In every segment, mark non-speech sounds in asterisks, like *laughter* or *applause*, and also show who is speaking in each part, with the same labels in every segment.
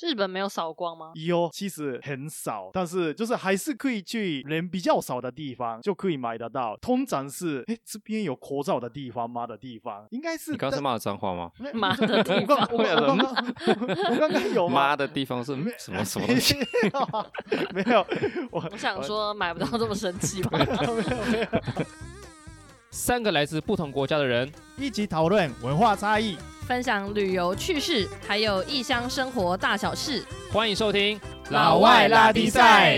Speaker 1: 日本没有扫
Speaker 2: *laughs*
Speaker 1: 光吗？
Speaker 3: 有，，E 其实很少，但是就是还是可以去人比较少的地方就可以买得到。通常是，哎，这边有口罩的地方吗？的地方应该是
Speaker 4: 你刚才
Speaker 3: 但
Speaker 4: 骂的脏话吗？
Speaker 3: 没
Speaker 1: 妈的地
Speaker 3: 我刚
Speaker 1: 方
Speaker 3: 我刚我刚刚我刚刚有吗
Speaker 4: 妈的地方是嗯
Speaker 3: 没
Speaker 4: 什么什么东
Speaker 3: *laughs*
Speaker 4: 西？
Speaker 3: 没有，我
Speaker 1: *laughs* 我想说买不到这么神奇吧？
Speaker 5: 三个来自不同国家的人，
Speaker 3: 一起讨论文化差异。
Speaker 2: *laughs* 分享旅游趣事，还有异乡生活大小事。
Speaker 5: 欢迎收听《
Speaker 2: 老外拉
Speaker 3: 低赛》。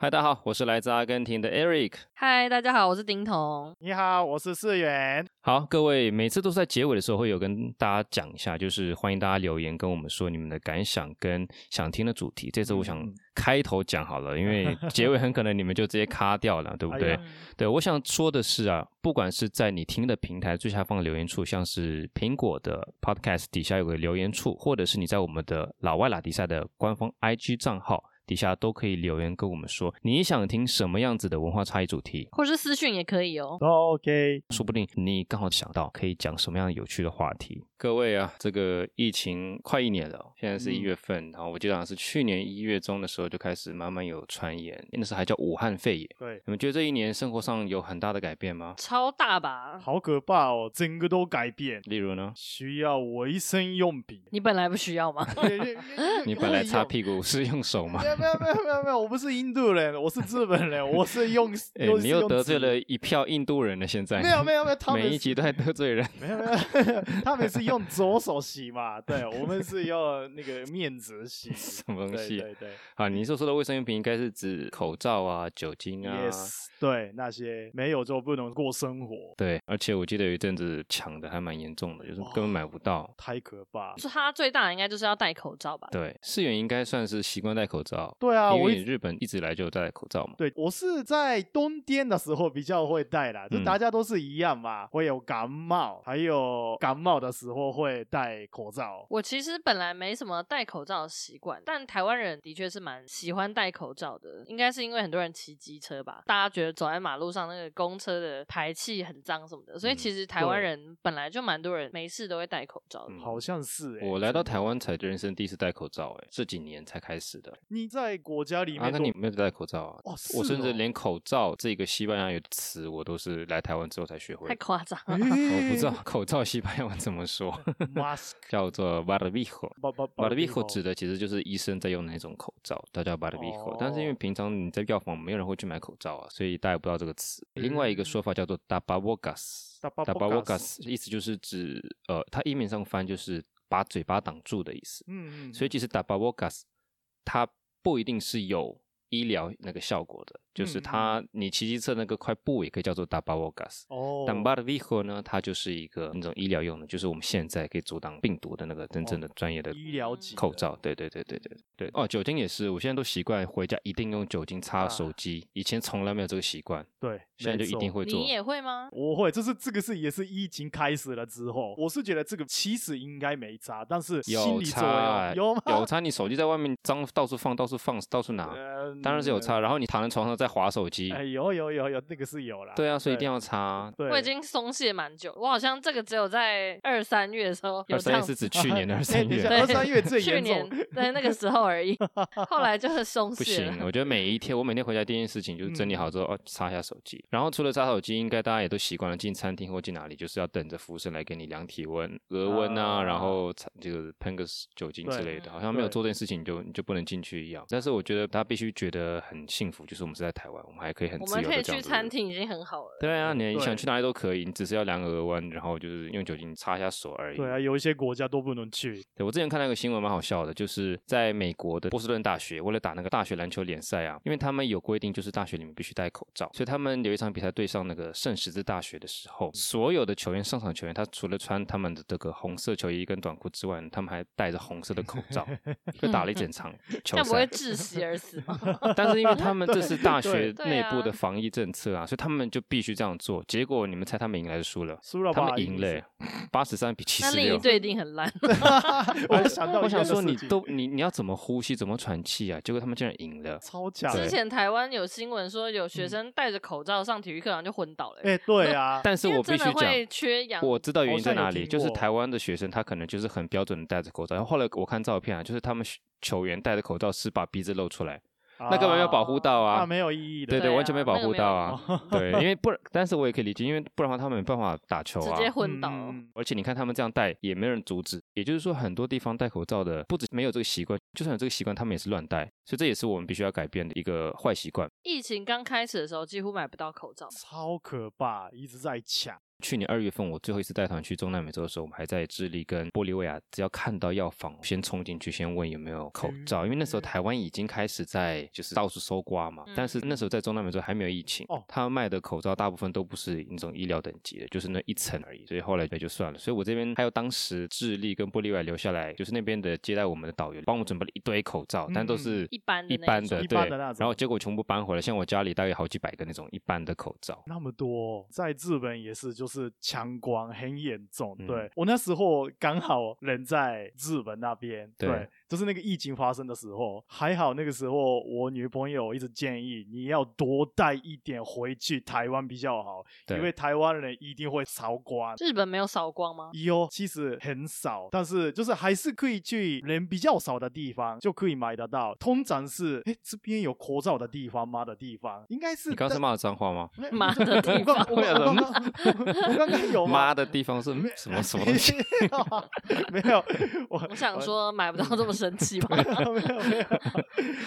Speaker 4: 嗨，大家好，我是来自阿根廷的 Eric。
Speaker 1: 嗨，大家好，我是丁彤。
Speaker 3: 你好，我是世元。
Speaker 4: 好，各位，每次都是在结尾的时候会有跟大家讲一下，就是欢迎大家留言跟我们说你们的感想跟想听的主题。这次我想
Speaker 3: 嗯
Speaker 4: 开头讲好了，因为结尾很可能你们就直接卡掉了，对不
Speaker 3: 哎
Speaker 4: 对？
Speaker 3: 呀
Speaker 4: 对，我想说的是啊，不管是在你听的平台最下方的留言处，像是苹果的 Podcast 底下有个留言处，或者是你在我们的老外拉迪赛的官方 IG 账号底下都可以留言跟我们说，你想听什么样子的文化差异主题，
Speaker 1: 或是私讯也可以哦。
Speaker 3: OK，
Speaker 4: 说不定你刚好想到可以讲什么样有趣的话题。各位啊，这个疫情快一年了，哦现在是
Speaker 3: 嗯
Speaker 4: 一月份，然后我记得好像是去年一月中的时候就开始慢慢有传言，那时候还叫武汉肺炎。
Speaker 3: 对，
Speaker 4: 你们觉得这一年生活上有很大的改变吗？
Speaker 1: 超大吧？
Speaker 3: 好可怕哦，整个都改变，
Speaker 4: 例如呢？
Speaker 3: 需要卫生用品。
Speaker 1: 你本来不需要吗？ *laughs*
Speaker 4: *laughs*
Speaker 3: 嗯
Speaker 4: 你本来擦
Speaker 3: *laughs*
Speaker 4: 屁股是用手吗
Speaker 3: 没？有没有没有没有没有，我不是印度人，我是日本人，我是用。
Speaker 4: *laughs* 哎、
Speaker 3: 用
Speaker 4: 你
Speaker 3: 是
Speaker 4: 又
Speaker 3: 用
Speaker 4: 得
Speaker 3: 纸
Speaker 4: 罪了一票印度人了。现在
Speaker 3: *laughs* 没有
Speaker 4: *laughs*
Speaker 3: 没有没有，他们
Speaker 4: 每一
Speaker 3: 是
Speaker 4: 集都在得罪人。
Speaker 3: 没有没有，他们是用左手洗嘛，对我们是用那个面纸
Speaker 4: *laughs*
Speaker 3: 洗。什
Speaker 4: 么东西啊
Speaker 3: 对对
Speaker 4: 啊，你所说的卫生用品应该是指口罩啊、酒精
Speaker 3: 对
Speaker 4: 啊。
Speaker 3: ，yes，对那些没有就不能过生活，
Speaker 4: 对，而且我记得有一阵子抢的还蛮严重的，就是根本买不到。
Speaker 3: 太可怕。
Speaker 1: 说它最大的应该就是要戴口罩吧？
Speaker 4: 对，世远应该算是习惯戴口罩。
Speaker 3: 对啊，
Speaker 4: 因
Speaker 3: 我
Speaker 4: 为
Speaker 3: 一
Speaker 4: 你日本一直来就有戴口罩嘛。
Speaker 3: 对，我是在冬天的时候比较会戴啦，就
Speaker 4: 嗯
Speaker 3: 大家都是一样嘛，会有感冒，还有感冒的时候会戴口罩。
Speaker 1: 我其实本来没什么戴口罩的习惯，但台湾人的确是蛮喜欢戴口罩的，应该是因为很多人骑机车吧，大家觉得走在马路上那个公车的排气很脏什么的，所以
Speaker 4: 嗯
Speaker 1: 其实台湾
Speaker 3: 对
Speaker 1: 人本来就蛮多人没事都会戴口罩的。
Speaker 4: 嗯
Speaker 3: 好像是、欸，
Speaker 4: 我来到
Speaker 3: 真的
Speaker 4: 台，湾才人生第一次戴口罩、哎，这几年才开始的。
Speaker 3: 你在国家里
Speaker 4: 啊，
Speaker 3: 面
Speaker 4: 那
Speaker 3: 都、
Speaker 4: 你没有戴口罩啊？
Speaker 3: 哦
Speaker 4: 我
Speaker 3: 是
Speaker 4: 甚至
Speaker 3: 哦
Speaker 4: 连 *laughs* 口罩这个西班牙语词，我都是来台湾之后才学会嗯
Speaker 1: 太
Speaker 4: 的。
Speaker 1: 夸张了，
Speaker 4: 我
Speaker 3: 我
Speaker 4: 不知道口罩西班牙文怎
Speaker 3: *laughs*
Speaker 4: 么说，
Speaker 3: mask
Speaker 4: 叫做 barbijo。
Speaker 3: 巴巴
Speaker 4: barbijo 指的其实就是医生在用的那种口罩，它叫 barbijo、但是因为
Speaker 3: 哦
Speaker 4: 平常你在药房没有人会去买口罩啊，所以大家也不知道这个词。另外一个说法叫做 tapabocas。
Speaker 3: 嗯 tapabocas
Speaker 4: tapabocas 意思就是指呃，它音面上翻就是把嘴巴挡住的意思。
Speaker 3: 嗯，嗯
Speaker 4: 所以其实 tapabocas 它不一定是有医疗那个效果的，就是
Speaker 3: 嗯嗯
Speaker 4: 它你骑机车那个块布也可以叫做 tapabocas。
Speaker 3: 哦，
Speaker 4: 但 b a r v i j o 呢，它就是一个那种医疗用的，就是我们现在可以阻挡病毒的那个真正的专业的
Speaker 3: 哦医疗级
Speaker 4: 口
Speaker 3: 的
Speaker 4: 罩。对对对对对对。哦，酒精也是，我现在都习惯回家一定用酒精擦手机，以前从来没有这个习惯，
Speaker 3: 对，
Speaker 4: 现在就
Speaker 3: 啊没
Speaker 4: 一定
Speaker 3: 错。
Speaker 4: 会做
Speaker 1: 你。也会吗？
Speaker 3: 我会，这是这个是也是疫情开始了之后，我是觉得这个其实应该没差，但是心
Speaker 4: 有
Speaker 3: 理作
Speaker 4: 擦
Speaker 3: 用，有吗？
Speaker 4: 有擦，你手机在外面脏到处放，到处放，到处拿，
Speaker 3: 呃
Speaker 4: 啊当然是有擦。然后你躺在床上在划手机，
Speaker 3: 哎，有有有有，那个是有啦。
Speaker 4: 对啊，所以一定
Speaker 3: 要。
Speaker 4: 要擦。
Speaker 3: 对，
Speaker 1: 我已经松懈蛮久，我好像这个只有在二三月的时候有
Speaker 4: *laughs*
Speaker 1: 这
Speaker 4: 二三
Speaker 1: 样
Speaker 4: 月是
Speaker 1: 子，
Speaker 4: 指去年的二三
Speaker 3: 对
Speaker 4: 月。
Speaker 1: 对
Speaker 3: 哎二三月
Speaker 1: *laughs*
Speaker 3: 最
Speaker 1: 去
Speaker 3: 严
Speaker 1: 年
Speaker 3: 重。
Speaker 1: 对那个时候
Speaker 4: *laughs*
Speaker 1: 而已，后来就是啊嗯松
Speaker 4: 不
Speaker 1: 懈
Speaker 4: 行，啊
Speaker 1: 了。
Speaker 4: 我觉得每一天，我每天回家第一件事情就是整理好之后，哦，擦一下手机。然后除了擦手机，应该大家也都习惯了，进餐厅或进哪里，就是要等着服务生来给你量体温、额温啊，
Speaker 3: 啊
Speaker 4: 然后擦这个喷个酒精之类的。
Speaker 1: 对
Speaker 4: 好像没有
Speaker 3: 对
Speaker 4: 做这件事情，你就你就不能进去一样。但是我觉得大家必须觉得很幸福，就是我们是在台湾，我们还可以很
Speaker 1: 我
Speaker 4: 自
Speaker 1: 们
Speaker 4: 由
Speaker 1: 可
Speaker 4: 的
Speaker 1: 以
Speaker 4: 这样
Speaker 1: 去
Speaker 4: 子。
Speaker 1: 餐厅已经很好了，
Speaker 4: 对啊，你
Speaker 3: 对
Speaker 4: 想去哪里都可以，你只是要量额温，然后就是用酒精擦一下手而已。
Speaker 3: 对啊，有一些国家都不能去。
Speaker 4: 对我之前看到一个新闻蛮好笑的，就是在美国的波士顿大学，为了打那个大学篮球联赛啊，因为他们有规定，就是大学里面必须戴口罩，所以他们有一场比赛对上那个圣十字大学的时候，所有的球员上场球员，他除了穿他们的这个红色球衣跟短裤之外，他们还戴着红色的口罩，就打了一整场
Speaker 1: 这
Speaker 4: 球
Speaker 1: 嗯样不会
Speaker 4: 赛。
Speaker 1: 窒息而死吗？
Speaker 4: 但是因为他们这是大大学
Speaker 1: 对
Speaker 4: 内部
Speaker 1: 对
Speaker 4: 的
Speaker 1: 啊
Speaker 4: 防疫政策啊，所以他们就必须这样做。结果你们猜他们赢了还是输了？
Speaker 3: 输了
Speaker 4: 他
Speaker 3: 吧？
Speaker 4: 们赢了、欸八十三比七
Speaker 1: 那
Speaker 4: 十
Speaker 1: 另一
Speaker 4: 六。
Speaker 1: 队一定很
Speaker 4: *laughs*
Speaker 1: 烂，
Speaker 3: *laughs* 我想到
Speaker 4: 我
Speaker 3: 一样
Speaker 4: 想
Speaker 3: 的
Speaker 4: 说，
Speaker 3: 事
Speaker 4: 你
Speaker 3: 情
Speaker 4: 都你你要怎么呼吸，怎么喘气啊？结果他们竟然赢了。
Speaker 3: 超强欸
Speaker 4: 对
Speaker 1: 之前台湾有新闻说有
Speaker 4: 嗯
Speaker 1: 学生戴着口罩上体育课，然后就昏倒了、欸。
Speaker 3: 哎、对啊，
Speaker 4: 但是
Speaker 1: 因为
Speaker 4: 我必
Speaker 1: 真
Speaker 4: 须
Speaker 1: 的
Speaker 4: 讲，
Speaker 1: 会缺氧，
Speaker 4: 我知道原因在哪
Speaker 3: 好像
Speaker 4: 里，
Speaker 3: 有听
Speaker 4: 就是
Speaker 3: 过
Speaker 4: 台湾的学生他可能就是很标准的戴着口罩，然后后来我看照片啊，就是他们球员戴着口罩是把鼻子露出来，那根本没有保护到
Speaker 3: 啊
Speaker 4: 啊。
Speaker 3: 那没有意义的，
Speaker 4: 对
Speaker 1: 对
Speaker 4: 完全
Speaker 1: 啊
Speaker 4: 没保
Speaker 1: 那个
Speaker 4: 护
Speaker 1: 没有
Speaker 4: 到啊，对，因为不然，但是我也可以理解，因为不然的话他们没办法打球
Speaker 1: 直
Speaker 4: 啊，
Speaker 1: 接昏倒。
Speaker 3: 嗯
Speaker 4: 而且你看他们这样戴，也没有人阻止。也就是说，很多地方戴口罩的，不止没有这个习惯，就算有这个习惯，他们也是乱戴。所以这也是我们必须要改变的一个坏习惯。
Speaker 1: 疫情刚开始的时候，几乎买不到口罩。
Speaker 3: 超可怕，一直在抢。
Speaker 4: 去年二月份，我最后一次带团去中南美洲的时候，我们还在智利跟玻利维亚，只要看到药房，先冲进去，先问有没有口罩，嗯因为那时候台湾已经开始在就是到处搜刮嘛
Speaker 1: 嗯，
Speaker 4: 但是那时候在中南美洲还没有疫情
Speaker 3: 哦，
Speaker 4: 他们卖的口罩大部分都不是那种医疗等级的，就是那一层而已，所以后来也就算了。所以我这边还有当时智利跟玻利维亚留下来，就是那边的接待我们的导游帮我准备了一堆口罩，但都是
Speaker 1: 一般的
Speaker 4: 嗯一
Speaker 1: 那
Speaker 4: 般
Speaker 1: 一
Speaker 4: 的
Speaker 1: 种
Speaker 3: 一
Speaker 4: 对
Speaker 3: 般的那，种
Speaker 4: 然后结果全部搬回来，像我家里大概有好几百个那种一般的口罩。
Speaker 3: 那么多，在日本也是，就是抢光很严重。
Speaker 4: 嗯
Speaker 3: 对我那时候刚好人在日本那边，
Speaker 4: 对
Speaker 3: 对，就是那个疫情发生的时候，还好那个时候我女朋友一直建议你要多带一点回去台湾比较好，
Speaker 4: 对
Speaker 3: 因为台湾人一定会烧光。
Speaker 1: 日本没有扫光吗？
Speaker 3: 有，其实很少，但是就是还是可以去人比较少的地方就可以买得到。通常是哎这边有口罩的地方吗的地方，应该是
Speaker 4: 你刚刚是
Speaker 3: 在
Speaker 4: 骂我脏话吗？
Speaker 3: 没
Speaker 1: 妈的地
Speaker 3: 我刚
Speaker 1: 方
Speaker 3: 我刚我刚我刚刚有
Speaker 4: 妈
Speaker 3: 吗？
Speaker 4: 的地方是嗯
Speaker 3: 没哎
Speaker 4: 什么什么东西？
Speaker 3: 没有，我。
Speaker 1: 我
Speaker 4: 呃
Speaker 1: 想说买不到这么神奇
Speaker 4: *laughs*
Speaker 1: 吧
Speaker 3: 没有没有没有，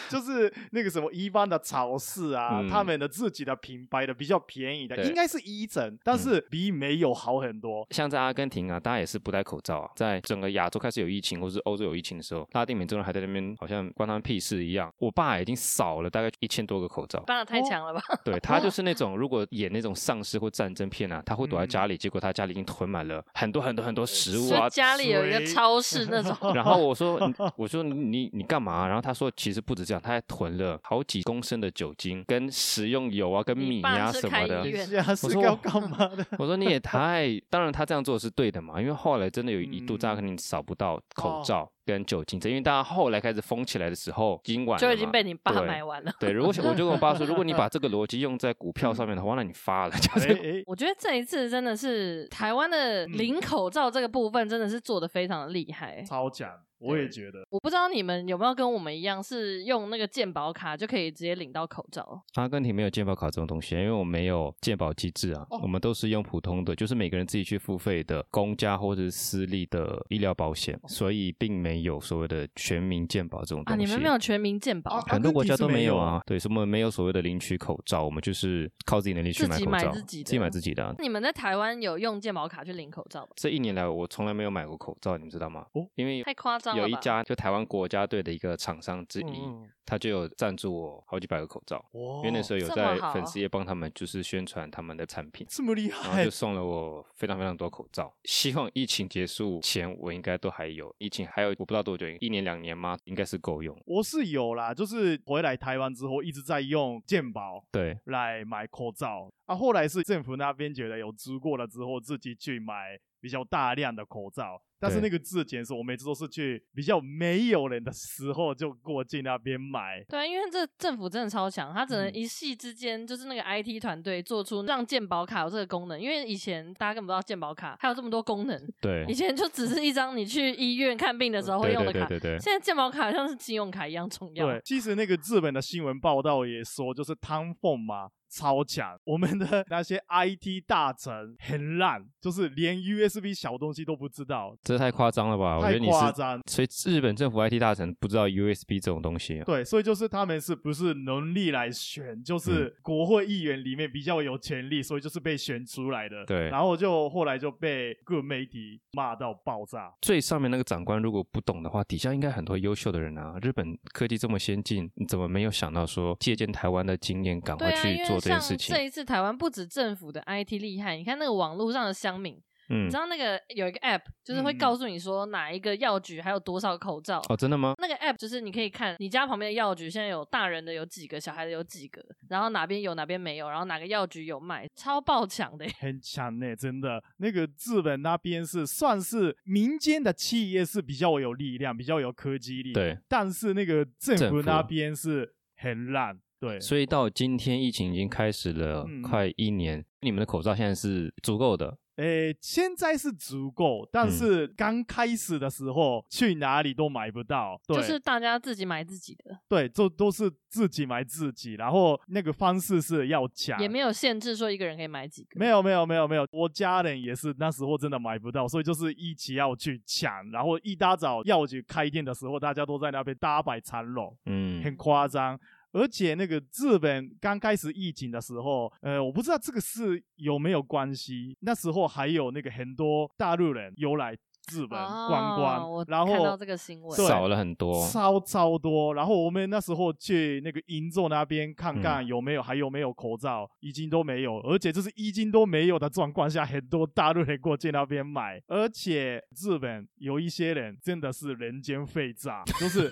Speaker 3: 就是那个什么一般的超市啊，
Speaker 4: 嗯
Speaker 3: 他们的自己的品牌的比较便宜的，
Speaker 4: 对
Speaker 3: 应该是一整，但是比没有好很多。
Speaker 4: 像在阿根廷啊，大家也是不戴口罩啊。在整个亚洲开始有疫情，或是欧洲有疫情的时候，拉丁美洲人还在那边好像关他们屁事一样。我爸已经少了大概一千多个口
Speaker 3: *laughs*
Speaker 4: 罩，
Speaker 1: 办的太强了吧？
Speaker 4: 对他就是那种如果演那种丧尸或战争片啊，他会躲在
Speaker 3: 嗯
Speaker 4: 家里，结果他家里已经囤满了很多很多很多食物
Speaker 1: 所
Speaker 3: *laughs*
Speaker 4: 啊
Speaker 1: 以。家里有一个
Speaker 3: 水
Speaker 1: 超市那
Speaker 4: *laughs*
Speaker 1: 种，
Speaker 4: 然后我说，你我说你你你干嘛啊、然后他说，其实不止这样，他还囤了好几公升的酒精、跟食用油啊、跟米
Speaker 1: 你爸
Speaker 4: 啊
Speaker 1: 是
Speaker 4: 什
Speaker 1: 开
Speaker 4: 么的。
Speaker 1: 医院
Speaker 3: 是啊，是
Speaker 4: 说
Speaker 3: 要干嘛 *laughs* 的？
Speaker 4: 我说你也太…… *laughs* 当然，他这样做是对的嘛，因为后来真的有一度大
Speaker 1: 嗯
Speaker 4: 家肯定扫不
Speaker 1: 哦
Speaker 4: 到口罩跟酒精这，因为大家后来开始封起来的时候，今晚
Speaker 1: 就已经被你爸
Speaker 4: 对
Speaker 1: 买完了。
Speaker 4: 对。如果我就跟我爸说，如果你把这个逻辑用在股
Speaker 1: 嗯
Speaker 4: 票上面的话，那你发了， *laughs* 就
Speaker 3: 哎
Speaker 4: 是
Speaker 3: 哎，
Speaker 1: 我觉得这一次真的是台湾的
Speaker 4: 嗯
Speaker 1: 零口罩这个部分真的是做的非常的厉害。欸
Speaker 3: 超强，我也觉得。
Speaker 1: 我不知道你们有没有跟我们一样是用那个健保卡就可以直接领到口罩，
Speaker 4: 阿根廷没有健保卡这种东西，因为我们没有健保机制啊，
Speaker 3: 哦
Speaker 4: 我们都是用普通的，就是每个人自己去付费的公家或者是私立的医疗保险，所以并没有所谓的全民健保这种
Speaker 1: 哦
Speaker 4: 东
Speaker 1: 啊？
Speaker 4: 西。
Speaker 1: 你们没有全民健保，
Speaker 3: 啊
Speaker 4: 很多国家都没有
Speaker 3: 阿
Speaker 4: 啊，对，什么没有所谓的领取口罩，我们就是靠自己能力去
Speaker 1: 自
Speaker 4: 买
Speaker 1: 己
Speaker 4: 口
Speaker 1: 买
Speaker 4: 罩，
Speaker 1: 自己的
Speaker 4: 买自己的啊、
Speaker 1: 你们在台湾有用健保卡去领口罩吗？
Speaker 4: 这一年来，我从来没有买过口罩，你们知道吗？
Speaker 3: 哦
Speaker 4: 因为
Speaker 1: 太夸张了吧！
Speaker 4: 有一家就台湾国家队的一个厂商之一，
Speaker 3: 嗯嗯
Speaker 4: 他就有赞助我好几百个口罩，
Speaker 3: 哇
Speaker 4: 因为那时候有
Speaker 1: 哦这
Speaker 4: 在
Speaker 1: 么好
Speaker 4: 粉丝页帮他们就是宣传他们的产品。
Speaker 3: 这么厉
Speaker 4: 然后
Speaker 3: 害
Speaker 4: 就，送了我非常非常多口罩，希望疫情结束前我应该都还有，疫情还有我不知道多久，一年两年吗？应该是够用。
Speaker 3: 我是有啦，就是回来台湾之后一直在用健保
Speaker 4: 对，
Speaker 3: 来买口罩啊，后来是政府那边觉得有足够了之后，自己去买比较大量的口罩。但是那
Speaker 4: 对
Speaker 3: 个质检是我每次都是去比较没有人的时候就过去那边买，
Speaker 1: 对啊，因为这政府真的超强，他只能
Speaker 3: 嗯
Speaker 1: 一夕之间就是那个 IT 团队做出让健保卡有这个功能，因为以前大家根本不知道健保卡还有这么多功能，
Speaker 4: 对
Speaker 1: 以，前就只是一张你去医院看病的时候会
Speaker 4: 对
Speaker 1: 用的
Speaker 4: 对对
Speaker 1: 卡，
Speaker 4: 对对。
Speaker 1: 现在健保卡像是信用卡一样重要。
Speaker 3: 对，其实那个日本的新闻报道也说，就是汤凤嘛超强，我们的 *laughs* 那些 IT 大臣很烂，就是连 USB 小东西都不知道，
Speaker 4: 这太夸张了吧？哦我觉
Speaker 3: 太
Speaker 4: 得你是
Speaker 3: 夸张。
Speaker 4: 所以日本政府 IT 大臣不知道 USB 这种东西啊、
Speaker 3: 对，所以就是他们是不是能力来选，
Speaker 4: 嗯
Speaker 3: 就是国会议员里面比较有权力，所以就是被选出来的。
Speaker 4: 对
Speaker 3: 然后就后来就被各媒体骂到爆炸。
Speaker 4: 最上面那个长官如果不懂的话，底下应该很多优秀的人啊。日本科技这么先进，你怎么没有想到说借鉴台湾的经验，赶
Speaker 1: 对
Speaker 4: 快
Speaker 1: 啊，
Speaker 4: 去
Speaker 1: 因
Speaker 4: 做
Speaker 1: 为
Speaker 4: 这件
Speaker 1: 像
Speaker 4: 事情？
Speaker 1: 这一次台湾不止政府的 IT 厉害，你看那个网络上的乡民，
Speaker 4: 嗯
Speaker 1: 你知，道那个有一个 app，就是会
Speaker 3: 嗯嗯
Speaker 1: 告诉你说哪一个药局还有多少口罩。
Speaker 4: 哦，真的吗？
Speaker 1: 那个 app 就是你可以看你家旁边的药局现在有大人的有几个，小孩的有几个，然后哪边有哪边没有，然后哪个药局有卖，超爆抢的耶。欸
Speaker 3: 很强呢、真的。那个日本那边是算是民间的企业是比较有力量，比较有科技
Speaker 1: 嗯
Speaker 3: 力，。
Speaker 4: 对，
Speaker 3: 但是那个政
Speaker 4: 政
Speaker 3: 府
Speaker 4: 府
Speaker 3: 那边是很烂，对，
Speaker 4: 所以到今天疫情已经开始了
Speaker 3: 嗯
Speaker 4: 快一年，你们的口罩现在是足够的，
Speaker 3: 诶，现在是足够，但
Speaker 4: 嗯
Speaker 3: 是刚开始的时候、去哪里都买不到，对，
Speaker 1: 就是大家自己买自己的，
Speaker 3: 对，就都是自己买自己，然后那个方式是要
Speaker 4: 啊
Speaker 3: 抢，
Speaker 1: 也没有限制说一个人可以买几个。
Speaker 3: 没有没有没有没有，我家人也是那时候真的买不到，所以就是一起要去抢，然后一大早要去开店的时候，大家都在那边大摆长龙，
Speaker 4: 嗯，
Speaker 3: 很夸张。而且那个日本刚开始疫情的时候，呃，我不知道这个是有没有关系。那时候还有那个很多大陆人有来日本观光，
Speaker 1: 哦我
Speaker 3: 然后
Speaker 1: 看到这个新闻
Speaker 3: 对
Speaker 4: 少了很多，
Speaker 3: 超超多。然后我们那时候去那个银座那边看
Speaker 1: 嗯
Speaker 3: 看有没有、还有没有口罩，已经都没有，而且就是已经都没有的状况下，很多大陆人过去那边买，而且日本有一些人真的是人间废渣，就是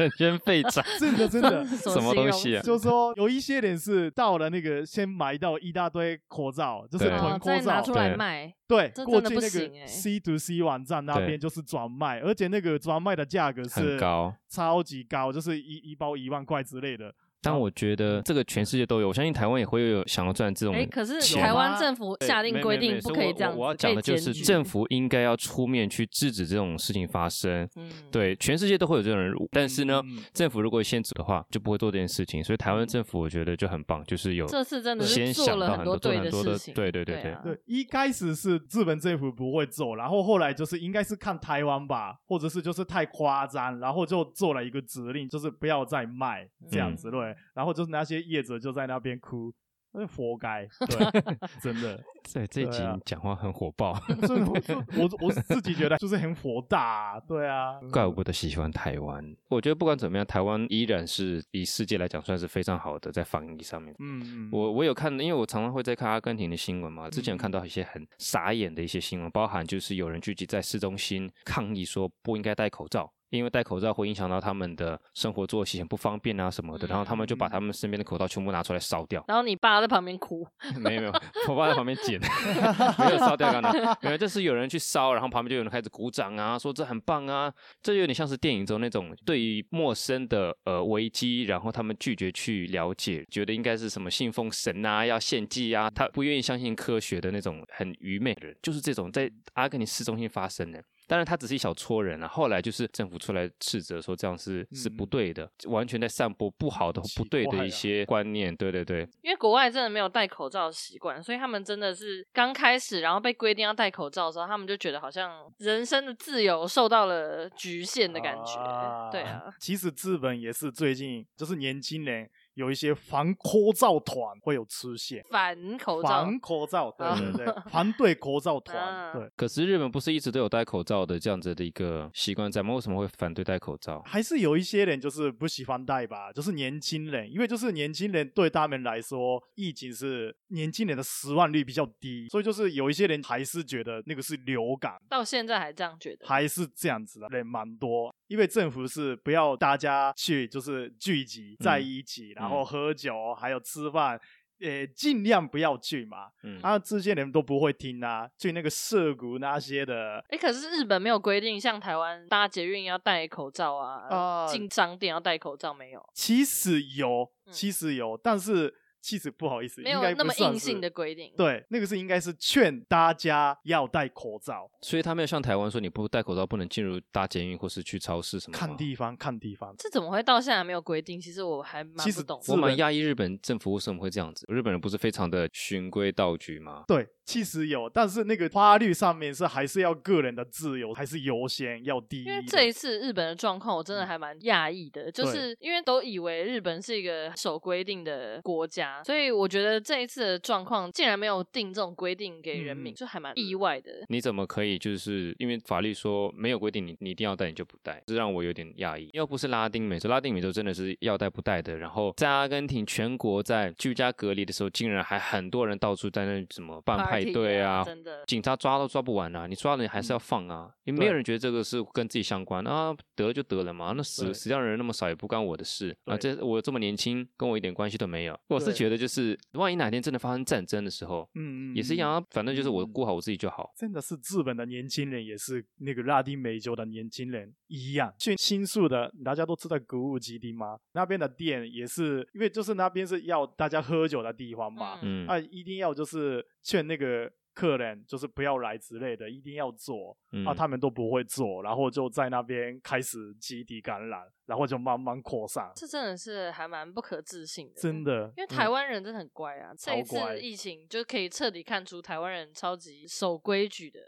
Speaker 4: 人间废柴，
Speaker 3: 真的
Speaker 1: *laughs*
Speaker 3: 真
Speaker 4: *laughs*
Speaker 3: 的。
Speaker 1: 什
Speaker 4: 什么
Speaker 1: 形
Speaker 4: 东
Speaker 1: 容
Speaker 4: 西啊
Speaker 1: 词
Speaker 3: 就说有一些人是到了那个先买到一大堆口罩，就是
Speaker 4: 对
Speaker 1: 哦
Speaker 3: 囤口
Speaker 1: 再拿
Speaker 3: 罩，
Speaker 1: 出来
Speaker 4: 对
Speaker 1: 卖，
Speaker 3: 对，
Speaker 1: 这
Speaker 3: 过
Speaker 1: 真的不
Speaker 3: 去那
Speaker 1: 行
Speaker 3: 个
Speaker 1: 欸
Speaker 3: C to C 网站那
Speaker 4: 对
Speaker 3: 边就是转卖，而且那个转卖的价格 *laughs* 是
Speaker 4: 很高。
Speaker 3: 超级高，就是一一包一万块之类的。
Speaker 4: 但我觉得这个全世界都有，我相信台湾也会有想要赚这种
Speaker 1: 哎，可是
Speaker 4: 钱
Speaker 1: 台湾
Speaker 3: 吗
Speaker 1: 政府
Speaker 4: 对
Speaker 1: 下定
Speaker 4: 没
Speaker 1: 规
Speaker 4: 没
Speaker 1: 定
Speaker 4: 没
Speaker 1: 不
Speaker 4: 所以
Speaker 1: 可以
Speaker 4: 我
Speaker 1: 这样子，
Speaker 4: 我我要讲
Speaker 1: 被
Speaker 4: 的就
Speaker 1: 检
Speaker 4: 是
Speaker 1: 举
Speaker 4: 政，府应该要出面去制止这种事情发生。
Speaker 1: 嗯，
Speaker 4: 对，全世界都会有这种人，但是呢，
Speaker 3: 嗯
Speaker 4: 政府如果限制的话，就不会做这件事情。所以台湾政府我觉得就很棒，就是有
Speaker 1: 这次真的
Speaker 4: 先
Speaker 1: 是
Speaker 4: 想
Speaker 1: 做
Speaker 4: 到
Speaker 1: 了
Speaker 4: 很
Speaker 1: 多
Speaker 4: 做
Speaker 1: 对
Speaker 4: 了很
Speaker 1: 的
Speaker 4: 多的
Speaker 1: 事，情，
Speaker 4: 对对对
Speaker 1: 对啊
Speaker 3: 对，一开始是日本政府不会做，然后后来就是应该是看台湾吧，或者是就是太夸张，然后就做了一个指令，就是不要再卖这样子，
Speaker 1: 嗯
Speaker 3: 对。然后就是那些业者就在那边哭，那活该，
Speaker 4: *laughs*
Speaker 3: 对，真的。
Speaker 4: 对这一集
Speaker 3: 对啊
Speaker 4: 你讲话很火爆，
Speaker 1: 嗯
Speaker 3: 所以我就我我自己觉得就是很火大、对啊，
Speaker 4: 怪不得喜欢台湾。我觉得不管怎么样，台湾依然是以世界来讲算是非常好的在防疫上面。
Speaker 3: 嗯，嗯
Speaker 4: 我我有看，因为我常常会在看阿根廷的新闻嘛，之前有看到一些很傻眼的一些新闻，包含就是有人聚集在市中心抗议说不应该戴口罩。因为戴口罩会影响到他们的生活作息，很不方便啊什么的，然后他们就把他们身边的口罩全部拿出来烧掉。
Speaker 1: 然后你爸在旁边哭，
Speaker 4: *laughs* 没有没有，我爸在旁边捡， *laughs* 没有烧掉干
Speaker 3: *laughs*
Speaker 4: 的，没有，就是有人去烧，然后旁边就有人开始鼓掌啊，说这很棒啊，这有点像是电影中那种对于陌生的呃危机，然后他们拒绝去了解，觉得应该是什么信奉神啊，要献祭啊，他不愿意相信科学的那种很愚昧的人，就是这种在阿根廷市中心发生的。当然，他只是一小撮人啊。后来就是政府出来斥责说这样是是不
Speaker 3: 嗯
Speaker 4: 对的，完全在散播不好的、
Speaker 3: 奇
Speaker 4: 不对
Speaker 3: 怪
Speaker 4: 的
Speaker 3: 啊
Speaker 4: 一些观念。对对对，
Speaker 1: 因为国外真的没有戴口罩的习惯，所以他们真的是刚开始，然后被规定要戴口罩的时候，他们就觉得好像人生的自由受到了局限的感觉。对啊，，
Speaker 3: 其实日本也是最近就是年轻人有一些防口罩团会有出现。
Speaker 1: 反口罩
Speaker 3: 防口罩，对
Speaker 1: 啊
Speaker 3: 对对，反对
Speaker 1: *laughs*
Speaker 3: 口罩团，
Speaker 1: 啊
Speaker 3: 对，
Speaker 4: 可是日本不是一直都有戴口罩的这样子的一个习惯在吗？为什么会反对戴口罩？
Speaker 3: 还是有一些人就是不喜欢戴吧，就是年轻人，因为就是年轻人对他们来说，疫情是年轻人的死亡率比较低，所以就是有一些人还是觉得那个是流感，
Speaker 1: 到现在还这样觉得。
Speaker 3: 还是这样子的人蛮多，因为政府是不要大家去就是聚集在
Speaker 4: 嗯
Speaker 3: 一起，然后喝酒还有吃饭，呃，尽量不要去嘛。
Speaker 4: 嗯
Speaker 3: 啊，这些人都不会听啊，去那个涉谷那些的，
Speaker 1: 哎、可是日本没有规定像台湾搭捷运要戴口罩啊
Speaker 3: 啊，
Speaker 1: 进、商店要戴口罩没有，
Speaker 3: 其实有，
Speaker 1: 嗯
Speaker 3: 其实有，但是其实不好意思，
Speaker 1: 没有
Speaker 3: 应该
Speaker 1: 那
Speaker 3: 不
Speaker 1: 么
Speaker 3: 算
Speaker 1: 硬性
Speaker 3: 是
Speaker 1: 的。规定。
Speaker 3: 对，那个是应该是劝大家要戴口罩，
Speaker 4: 所以他没有像台湾说你不戴口罩不能进入大监狱或是去超市什么的吗。
Speaker 3: 看地方，看地方。
Speaker 1: 这怎么会到现在还没有规定？其实我还蛮
Speaker 3: 其
Speaker 1: 不
Speaker 3: 实
Speaker 1: 懂。
Speaker 4: 我蛮
Speaker 3: 日本
Speaker 4: 讶异日本政府为什么会这样子。日本人不是非常的循规蹈矩吗？
Speaker 3: 对，其实有，但是那个法律上面是还是要个人的自由，还是优先要第一的。
Speaker 1: 因为这一次日本的状况，我
Speaker 3: 嗯
Speaker 1: 真的还蛮讶异的，就是因为都以为日本是一个守规定的国家，所以我觉得这一次的状况竟然没有定这种规定给人民，
Speaker 3: 嗯
Speaker 1: 就还蛮意外的。
Speaker 4: 你怎么可以就是因为法律说没有规定你你一定要戴你就不戴，这让我有点讶异。要不是拉丁美洲，拉丁美洲真的是要戴不戴的。然后在阿根廷全国在居家隔离的时候，竟然还很多人到处在那什么办
Speaker 1: Party
Speaker 4: 派
Speaker 1: party
Speaker 4: 对啊，
Speaker 1: 真的。
Speaker 4: 警察抓都抓不完啊，你抓了你还是要放啊，因为没
Speaker 3: 嗯
Speaker 4: 有
Speaker 3: 对
Speaker 4: 人觉得这个是跟自己相关啊，得了就得了嘛，那
Speaker 3: 对
Speaker 4: 死死掉的人那么少也不关我的事啊，
Speaker 3: 对
Speaker 4: 这我这么年轻跟我一点关系都没有，我是
Speaker 3: 对
Speaker 4: 觉得就是万一哪天真的发生战争的时候。
Speaker 3: 嗯，嗯
Speaker 4: 也是一样
Speaker 3: 嗯
Speaker 4: 啊，反正就是我
Speaker 3: 嗯
Speaker 4: 顾好我自己就好。
Speaker 3: 真的是日本的年轻人，也是那个拉丁美洲的年轻人一样。去新宿的，大家都知道谷物基地吗？那边的店也是，因为就是那边是要大家喝酒的地方嘛，
Speaker 1: 嗯
Speaker 4: 嗯
Speaker 3: 啊，一定要就是劝那个客人就是不要来之类的，一定要做、
Speaker 4: 嗯
Speaker 3: 啊，他们都不会做，然后就在那边开始集体感染，然后就慢慢扩散，
Speaker 1: 这真的是还蛮不可置信的，
Speaker 3: 真。的，嗯
Speaker 1: 因为
Speaker 4: *laughs*
Speaker 1: 台湾人真的很乖啊，这一
Speaker 3: 超乖
Speaker 1: 次疫情就可以彻底看出台湾人超级守规矩的，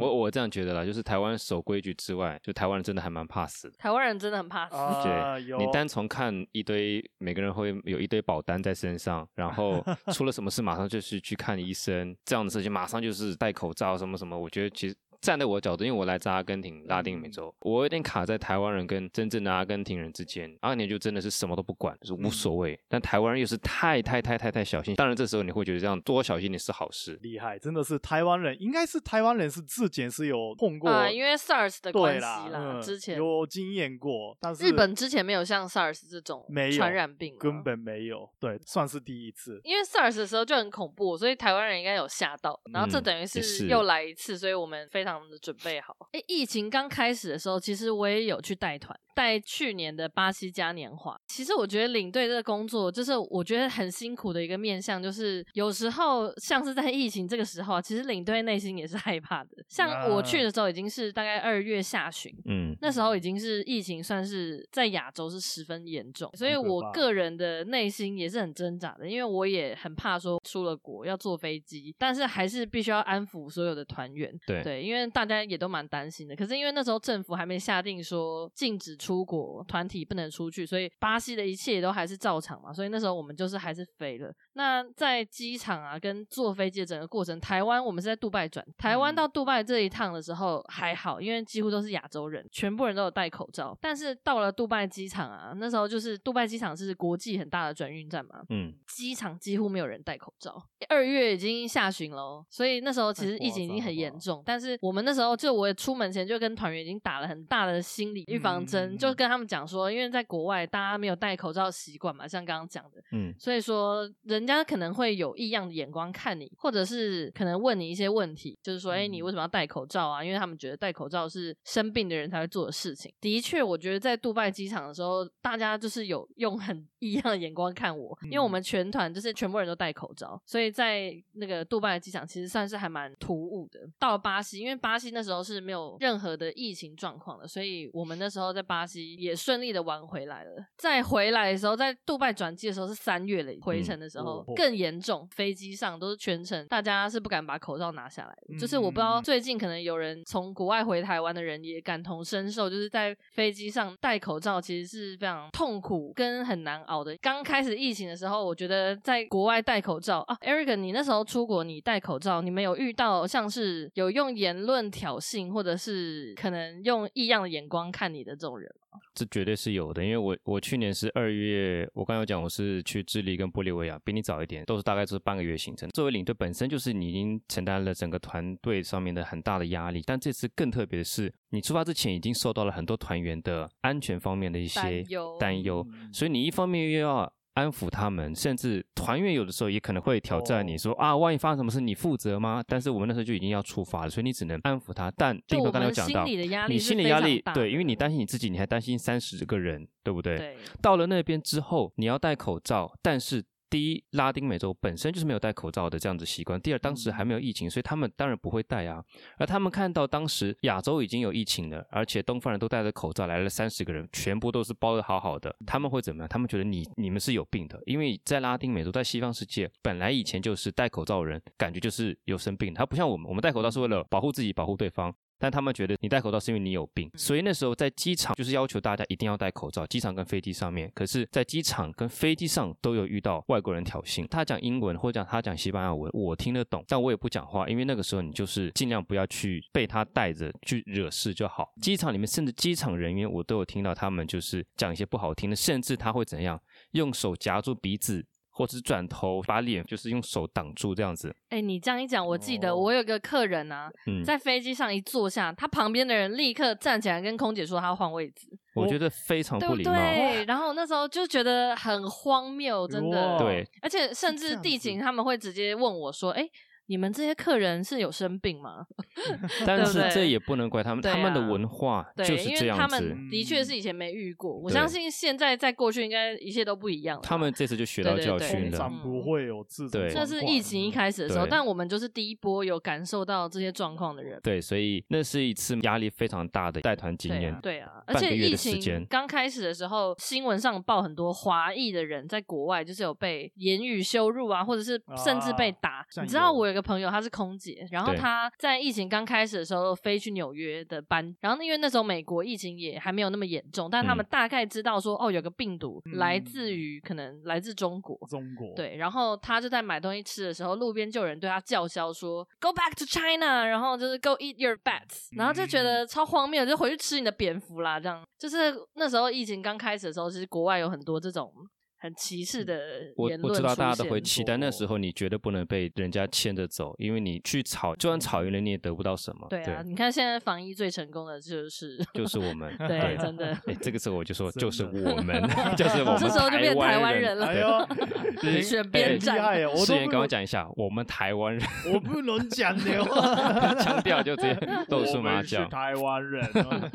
Speaker 4: 我我这样觉得啦，就是台湾守规矩之外，就台湾人真的还蛮怕死的。
Speaker 1: 台湾人真的很怕死。
Speaker 3: 啊，
Speaker 4: 对，
Speaker 3: 有
Speaker 4: 你单从看一堆每个人会有一堆保单在身上，然 *laughs* 后出了什么事马上就是去看医生，这样的事情马上就是戴口罩什么什么。我觉得其实站在我角度，因为我来自阿根廷拉丁美洲，我有点卡在台湾人跟真正的阿根廷人之间。阿根廷就真的是什么都不管，就是无所谓，但台湾人又是太太太太太小心。当然这时候你会觉得这样多小心点是好事，
Speaker 3: 厉害，真的是台湾人，应该是台湾人是之前是有碰过，
Speaker 1: 啊，因为 SARS 的关
Speaker 3: 对
Speaker 1: 系
Speaker 3: 啦，嗯
Speaker 1: 之前
Speaker 3: 有经验过，但是
Speaker 1: 日本之前没有像 SARS 这种
Speaker 3: 没有
Speaker 1: 传染病啊，
Speaker 3: 根本没有，对，算是第一次。
Speaker 1: 因为 SARS 的时候就很恐怖，所以台湾人应该有吓到。然后这
Speaker 4: 嗯
Speaker 1: 等于
Speaker 4: 也是
Speaker 1: 是又来一次，所以我们非常的准备好。哎，疫情刚开始的时候，其实我也有去带团，带去年的巴西嘉年华。其实我觉得领队这个工作，就是我觉得很辛苦的一个面向，就是有时候像是在疫情这个时候啊，其实领队内心也是害怕的。像我
Speaker 4: 啊
Speaker 1: 去的时候已经是大概二月下旬，
Speaker 4: 嗯。
Speaker 1: 那时候已经是疫情，算是在亚洲是十分严重，所以
Speaker 3: 很可
Speaker 1: 我
Speaker 3: 怕
Speaker 1: 个人的内心也是很挣扎的，因为我也很怕说出了国要坐飞机，但是还是必须要安抚所有的团员，
Speaker 4: 对
Speaker 1: 对，因为大家也都蛮担心的。可是因为那时候政府还没下定说禁止出国，团体不能出去，所以巴西的一切都还是照常嘛，所以那时候我们就是还是飞了。那在机场啊，跟坐飞机的整个过程，台湾我们是在杜拜转，台湾
Speaker 3: 嗯
Speaker 1: 到杜拜这一趟的时候还好，因为几乎都是亚洲人，全部人都有戴口罩。但是到了杜拜机场啊，那时候就是杜拜机场是国际很大的转运站嘛，
Speaker 4: 嗯，
Speaker 1: 机场几乎没有人戴口罩。二月已经下旬喽，所以那时候其实
Speaker 3: 太夸
Speaker 1: 疫情已经
Speaker 3: 张
Speaker 1: 很
Speaker 3: 了
Speaker 1: 严
Speaker 3: 吧
Speaker 1: 重。但是我们那时候就我出门前就跟团员已经打了很大的心理预防针，
Speaker 3: 嗯
Speaker 1: 就跟他们讲说，因为在国外大家没有戴口罩的习惯嘛，像刚刚讲的，
Speaker 4: 嗯，
Speaker 1: 所以说人家可能会有异样的眼光看你，或者是可能问你一些问题，就是说，哎、
Speaker 3: 嗯
Speaker 1: 你为什么要戴口罩啊？因为他们觉得戴口罩是生病的人才会做的事情。的确，我觉得在杜拜机场的时候，大家就是有用很异样的眼光看我，因为
Speaker 3: 嗯
Speaker 1: 我们全团就是全部人都戴口罩，所以在那个杜拜的机场其实算是还蛮突兀的。到了巴西，因为巴西那时候是没有任何的疫情状况的，所以我们那时候在巴西也顺利的玩回来了。再回来的时候，在杜拜转机的时候是三月了，回程的时候、
Speaker 3: 哦
Speaker 1: 更严重，飞机上都是全程大家是不敢把口罩拿下来的。就是我不知道
Speaker 3: 嗯
Speaker 1: 最近可能有人从国外回台湾的人也感同身受，就是在飞机上戴口罩其实是非常痛苦跟很难熬的。刚开始疫情的时候，我觉得在国外戴口罩啊，Eric，你那时候出国你戴口罩，你们有遇到像是有用言论挑衅或者是可能用异样的眼光看你的这种人吗？
Speaker 4: 这绝对是有的，因为我我去年是二月，我刚刚有讲我是去智利跟玻利维亚，比你早一点，都是大概就是半个月行程。作为领队本身就是你已经承担了整个团队上面的很大的压力，但这次更特别的是，你出发之前已经受到了很多团员的安全方面的一些
Speaker 1: 担忧嗯
Speaker 4: 担忧，所以你一方面又要。安抚他们，甚至团员有的时候也可能会挑战你
Speaker 3: 哦
Speaker 4: 说、啊，万一发生什么事你负责吗？但是我们那时候就已经要出发了，所以你只能安抚他。但
Speaker 1: 就
Speaker 4: 丁头
Speaker 1: 我
Speaker 4: 刚才有
Speaker 1: 们
Speaker 4: 讲
Speaker 1: 心
Speaker 4: 到，
Speaker 1: 理的压力
Speaker 4: 你
Speaker 1: 是
Speaker 4: 心理
Speaker 1: 非
Speaker 4: 压
Speaker 1: 常
Speaker 4: 力
Speaker 1: 大
Speaker 4: 对，
Speaker 1: 的
Speaker 4: 因为你担心你自己，你还担心三十个人，对不对？
Speaker 1: 对
Speaker 4: 到了那边之后，你要戴口罩，但是。第一，拉丁美洲本身就是没有戴口罩的这样子习惯。第二，当时还没有疫情，所以他们当然不会戴啊。而他们看到当时亚洲已经有疫情了，而且东方人都戴着口罩来了三十个人，全部都是包的好好的，他们会怎么样？他们觉得你你们是有病的，因为在拉丁美洲，在西方世界，本来以前就是戴口罩的人感觉就是有生病，他不像我们，我们戴口罩是为了保护自己、保护对方。但他们觉得你戴口罩是因为你有病，所以那时候在机场就是要求大家一定要戴口罩，机场跟飞机上面。可是，在机场跟飞机上都有遇到外国人挑衅，他讲英文或者讲他讲西班牙文，我听得懂，但我也不讲话，因为那个时候你就是尽量不要去被他带着去惹事就好。机场里面甚至机场人员，我都有听到他们就是讲一些不好听的，甚至他会怎样用手夹住鼻子。或者是转头把脸就是用手挡住这样子。
Speaker 1: 哎、你这样一讲，我记得
Speaker 4: 哦
Speaker 1: 我有个客人啊，
Speaker 4: 嗯，
Speaker 1: 在飞机上一坐下，他旁边的人立刻站起来跟空姐说他要换位置，
Speaker 4: 我觉得非常
Speaker 1: 对
Speaker 4: 不
Speaker 1: 不
Speaker 4: 礼貌。
Speaker 1: 对？然后那时候就觉得很荒谬，真的。
Speaker 3: 哇
Speaker 4: 对，
Speaker 1: 而且甚
Speaker 3: 这
Speaker 1: 至
Speaker 3: 样
Speaker 1: 地
Speaker 3: 子
Speaker 1: 勤他们会直接问我说：“哎、你们这些客人是有生病吗 *laughs*
Speaker 4: 但
Speaker 1: 对不
Speaker 4: 是
Speaker 1: 对
Speaker 4: 这也不能怪他们，
Speaker 1: 对
Speaker 4: 他们的
Speaker 1: 啊
Speaker 4: 文化？”
Speaker 1: 对，
Speaker 4: 就是
Speaker 1: 因
Speaker 4: 这
Speaker 1: 为他
Speaker 4: 样子。
Speaker 1: 们的
Speaker 3: 嗯
Speaker 1: 确是以前没遇过，我
Speaker 4: 对
Speaker 1: 相信现在再过去应该一切都不一样了。
Speaker 4: 他们这次就学到
Speaker 1: 对对
Speaker 4: 教
Speaker 1: 对
Speaker 4: 训
Speaker 3: 通
Speaker 1: 的
Speaker 4: 了
Speaker 3: 常。不会有这种
Speaker 4: 对
Speaker 3: 状
Speaker 1: 嗯这是
Speaker 3: 况。
Speaker 1: 疫情一开始的时候，
Speaker 4: 对
Speaker 1: 但我们就是第一波有感受到这些状况的人。
Speaker 4: 对，所以那是一次压力非常大的带团经
Speaker 1: 对
Speaker 4: 验
Speaker 1: 啊，。对啊，而
Speaker 4: 半个
Speaker 1: 且
Speaker 4: 月
Speaker 1: 疫
Speaker 4: 的时
Speaker 1: 情
Speaker 4: 间
Speaker 1: 刚开始的时候，新闻上报很多华裔的人在国外就是有被言语羞辱啊，或者是甚至被
Speaker 3: 啊
Speaker 1: 打。
Speaker 3: 像
Speaker 1: 你知道
Speaker 3: 有
Speaker 1: 我有个朋友，她是空姐，然后
Speaker 4: 对
Speaker 1: 她在疫情刚开始的时候飞去纽约的班，然后因为那时候美国疫情也还没有那么严重，但他们
Speaker 4: 嗯
Speaker 1: 大概知道说，哦，有个病毒来
Speaker 3: 嗯
Speaker 1: 自于可能来自中国。
Speaker 3: 中国，
Speaker 1: 对，然后他就在买东西吃的时候，路边就有人对他叫嚣说 “Go back to China”，然后就是 “Go eat your bats”，然后就觉
Speaker 4: 嗯
Speaker 1: 得超荒谬，就回去吃你的蝙蝠啦。这样就是那时候疫情刚开始的时候，其实国外有很多这种很歧视的
Speaker 4: 嗯我
Speaker 1: 言论
Speaker 4: 我知道
Speaker 1: 出
Speaker 4: 大家都会
Speaker 1: 现
Speaker 4: 期待，那时候你绝对不能被人家牵着走，因为你去吵，就算吵赢了你也得不到什么。
Speaker 1: 对啊，你看现在防疫最成功的就是
Speaker 4: 就是我们。
Speaker 1: *laughs* 对，真
Speaker 4: *laughs*
Speaker 1: 的。
Speaker 4: 哎，这个时候我就说，
Speaker 3: 真
Speaker 4: 就是
Speaker 3: 的
Speaker 4: 我们，就是我们。
Speaker 1: 这时候就变台湾人了
Speaker 3: 哎
Speaker 1: *laughs*
Speaker 3: 呦，
Speaker 4: *laughs* 对
Speaker 1: 选边站
Speaker 3: 厉害耶！我
Speaker 4: 世
Speaker 3: 都
Speaker 4: 言，
Speaker 3: 不
Speaker 4: 赶快
Speaker 3: 能，
Speaker 4: 讲一下，我们台湾人 *laughs*
Speaker 3: 我不能讲的话
Speaker 4: 腔
Speaker 3: *laughs*
Speaker 4: 调就直接露出
Speaker 3: 我们
Speaker 4: 马
Speaker 3: 是
Speaker 4: 脚。
Speaker 3: 台湾
Speaker 4: *laughs*
Speaker 3: 人啊，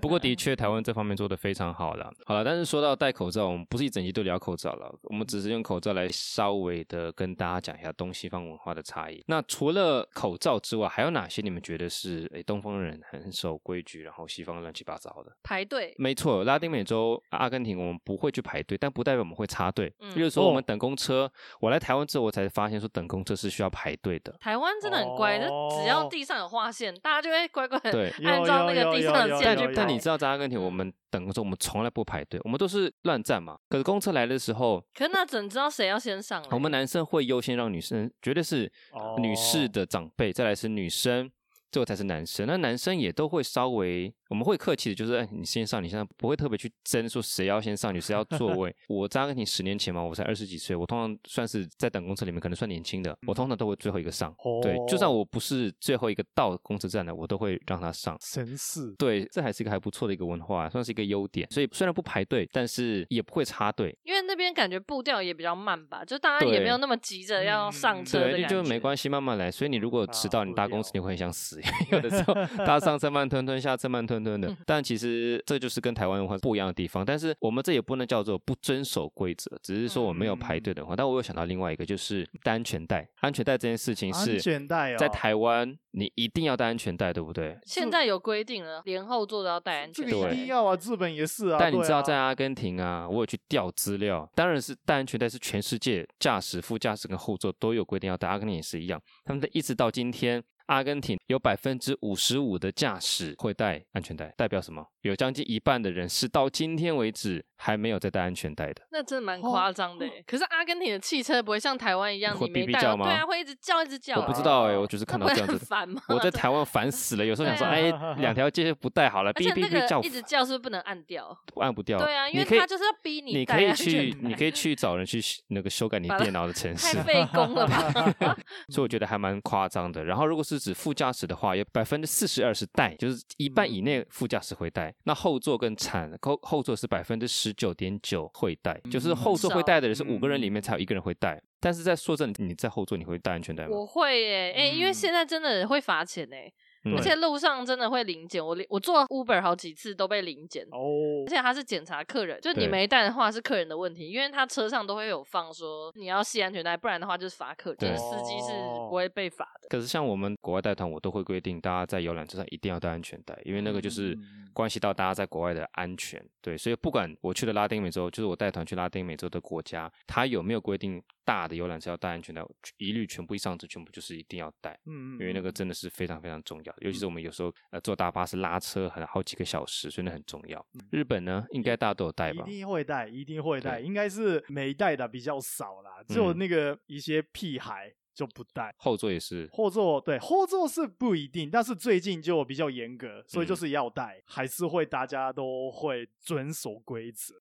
Speaker 4: 不过的确，台湾这方面做的非常好了。好了，但是说到戴口罩，我们不是一整集都聊口罩了，我们只是用口罩来稍微的跟大家讲一下东西方文化的差异。那除了口罩之外，还有哪些你们觉得是诶东方人很守规矩，然后西方乱七八糟的？
Speaker 1: 排队，
Speaker 4: 没错，拉丁美洲、阿根廷，我们不会去排队，但不代表我们会插队。
Speaker 1: 嗯
Speaker 4: 就是说，
Speaker 3: 哦
Speaker 4: 我们等公车，我来台湾之后，我才发现说等公车是需要排队的。
Speaker 1: 台湾真的很乖，就只要
Speaker 3: 哦
Speaker 1: 地上有划线，大家就会乖乖地
Speaker 4: 对
Speaker 1: 按
Speaker 3: 有
Speaker 1: 照那
Speaker 3: 有
Speaker 1: 个
Speaker 3: 有
Speaker 1: 地
Speaker 3: 有
Speaker 1: 上的
Speaker 3: 有
Speaker 1: 线
Speaker 4: 但
Speaker 1: 去
Speaker 3: 有
Speaker 1: 排。
Speaker 4: 但你知道，在阿根廷，
Speaker 1: 嗯
Speaker 4: 我们等的时候，我们从来不排队，我们都是乱站嘛。可是公车来的时候，
Speaker 1: 可是那怎知道谁要先上嘞？
Speaker 4: 我们男生会优先让女生，绝对是
Speaker 3: 哦
Speaker 4: 女士的长辈，再来是女生，最后才是男生。那男生也都会稍微，我们会客气的，就是、哎、你先上，你先上，不会特别去争说谁要先上去，谁要座
Speaker 3: *laughs*
Speaker 4: 位。我在阿根廷十年前嘛，我才二十几岁，我通常算是在等公车里面可能算年轻的，我通常都会最后一个上。
Speaker 3: 嗯哦
Speaker 4: 对，就算我不是最后一个到公车站的，我都会让他上。
Speaker 3: 神似，
Speaker 4: 对，这还是一个还不错的一个文化，算是一个优点。所以虽然不排队，但是也不会插队。
Speaker 1: 因为那边感觉步调也比较慢吧，就大家也
Speaker 4: 对
Speaker 1: 没有那么急着要上车的
Speaker 4: 对，
Speaker 1: 感
Speaker 4: 就
Speaker 1: 觉，
Speaker 4: 就没关系，慢慢来。所以你如果迟到，
Speaker 3: 啊
Speaker 4: 你
Speaker 3: 不
Speaker 4: 搭
Speaker 3: 一
Speaker 4: 公
Speaker 3: 样
Speaker 4: 司你会很
Speaker 3: *laughs*
Speaker 4: 想死，因为有的时候搭上车慢吞吞，下车慢吞
Speaker 3: 嗯
Speaker 4: 吞的。但其实这就是跟台湾文化不一样的地方。但是我们这也不能叫做不遵守规则，只是说我没有排
Speaker 3: 嗯
Speaker 4: 队的话。但我有想到另外一个，就是戴安全带。安全带这件事情
Speaker 3: 安
Speaker 4: 是
Speaker 3: 全带哦
Speaker 4: 在台湾你一定要戴安全带，对不对？
Speaker 1: 现在有规定了，连后座都要戴安
Speaker 3: 这
Speaker 1: 全
Speaker 3: 个
Speaker 1: 带。
Speaker 3: 一定要啊，日本也是啊，
Speaker 4: 但你知道，
Speaker 3: 对
Speaker 4: 在
Speaker 3: 啊
Speaker 4: 阿根廷啊，我有去调资料，当然是戴安全带是全世界驾驶、副驾驶跟后座都有规定要戴，阿根廷也是一样。他们的一直到今天，阿根廷有百分之五十五的驾驶会戴安全带，代表什么？有将近一半的人是到今天为止还没有在戴安全带的。
Speaker 1: 那真的蛮夸张的耶、欸可是阿根廷的汽车不会像台湾一样，
Speaker 4: 会
Speaker 1: 你没
Speaker 4: 哔哔
Speaker 1: 带
Speaker 4: 叫
Speaker 1: 对
Speaker 4: 吗
Speaker 1: 啊，会一直叫一直叫、啊
Speaker 4: 我不知道哎、我就是
Speaker 1: 那
Speaker 4: 看
Speaker 1: 不
Speaker 4: 到
Speaker 1: 会
Speaker 4: 这样
Speaker 1: 很 *laughs*
Speaker 4: 子。
Speaker 1: 烦吗？
Speaker 4: 我在台湾烦死了，有时候想说，哎，两条街不戴好了，
Speaker 1: 啊 *laughs* 而
Speaker 4: 哔
Speaker 1: 且
Speaker 4: 哔
Speaker 1: 那
Speaker 4: 哔
Speaker 1: 个
Speaker 4: 叫
Speaker 1: 一直叫是不是不能按
Speaker 4: *laughs*
Speaker 1: 掉？
Speaker 4: 按不掉。
Speaker 1: 对啊因为
Speaker 4: 你可以
Speaker 1: 他就是要逼你
Speaker 4: 你
Speaker 1: 戴
Speaker 4: 可以
Speaker 1: 安全
Speaker 4: 去，
Speaker 1: 带
Speaker 4: 你可以去找人去那个修改你
Speaker 1: 把它
Speaker 4: 电脑的程式
Speaker 1: 太。费工了吧？
Speaker 4: *laughs* 所以我觉得还蛮夸张的。然后如果是指副驾驶的话，有百分之四十二是带，就是一半
Speaker 3: 嗯
Speaker 4: 以内副驾驶会带。那后座更惨，后后座是百分之十九点九会带，就是后座会带的人是
Speaker 3: 嗯
Speaker 4: 五个人里面才有一个人会带。但是在说真的，你在后座你会戴安全带吗
Speaker 1: 我？会耶、哎、因为
Speaker 3: 嗯
Speaker 1: 现在真的会罚钱哎、
Speaker 4: 嗯
Speaker 1: 而且路上真的会零检，我我坐 Uber 好几次都被零检。
Speaker 3: 哦
Speaker 1: 而，且他是检查客人，就你
Speaker 4: 对
Speaker 1: 没带的话是客人的问题，因为他车上都会有放说你要系安全带，不然的话就是罚客人，就
Speaker 4: 对
Speaker 1: 是司机是不会被罚的。
Speaker 4: 可是像我们国外带团，我都会规定大家在游览车上一定要戴安全带，因为那个就是
Speaker 3: 嗯
Speaker 4: 关系到大家在国外的安全。对，所以不管我去的拉丁美洲，就是我带团去拉丁美洲的国家，它有没有规定大的游览车要戴安全带，一律全部一上车全部就是一定要戴。
Speaker 3: 嗯
Speaker 4: 因为那个真的是非常非常重要，尤其是我们有时候呃坐大巴是拉车很好几个小时，所以那很重要。日本呢，应该大家都有带
Speaker 3: 嗯一
Speaker 4: 吧？
Speaker 3: 定会带，一定会带，
Speaker 4: 对
Speaker 3: 应该是没带的比较少啦，只有
Speaker 4: 嗯
Speaker 3: 那个一些屁孩就不带。
Speaker 4: 后座也是，
Speaker 3: 后座对后座是不一定，但是最近就比较严格，所以就
Speaker 4: 嗯
Speaker 3: 是要带，还是会大家都
Speaker 4: *laughs*
Speaker 3: 会遵守规则。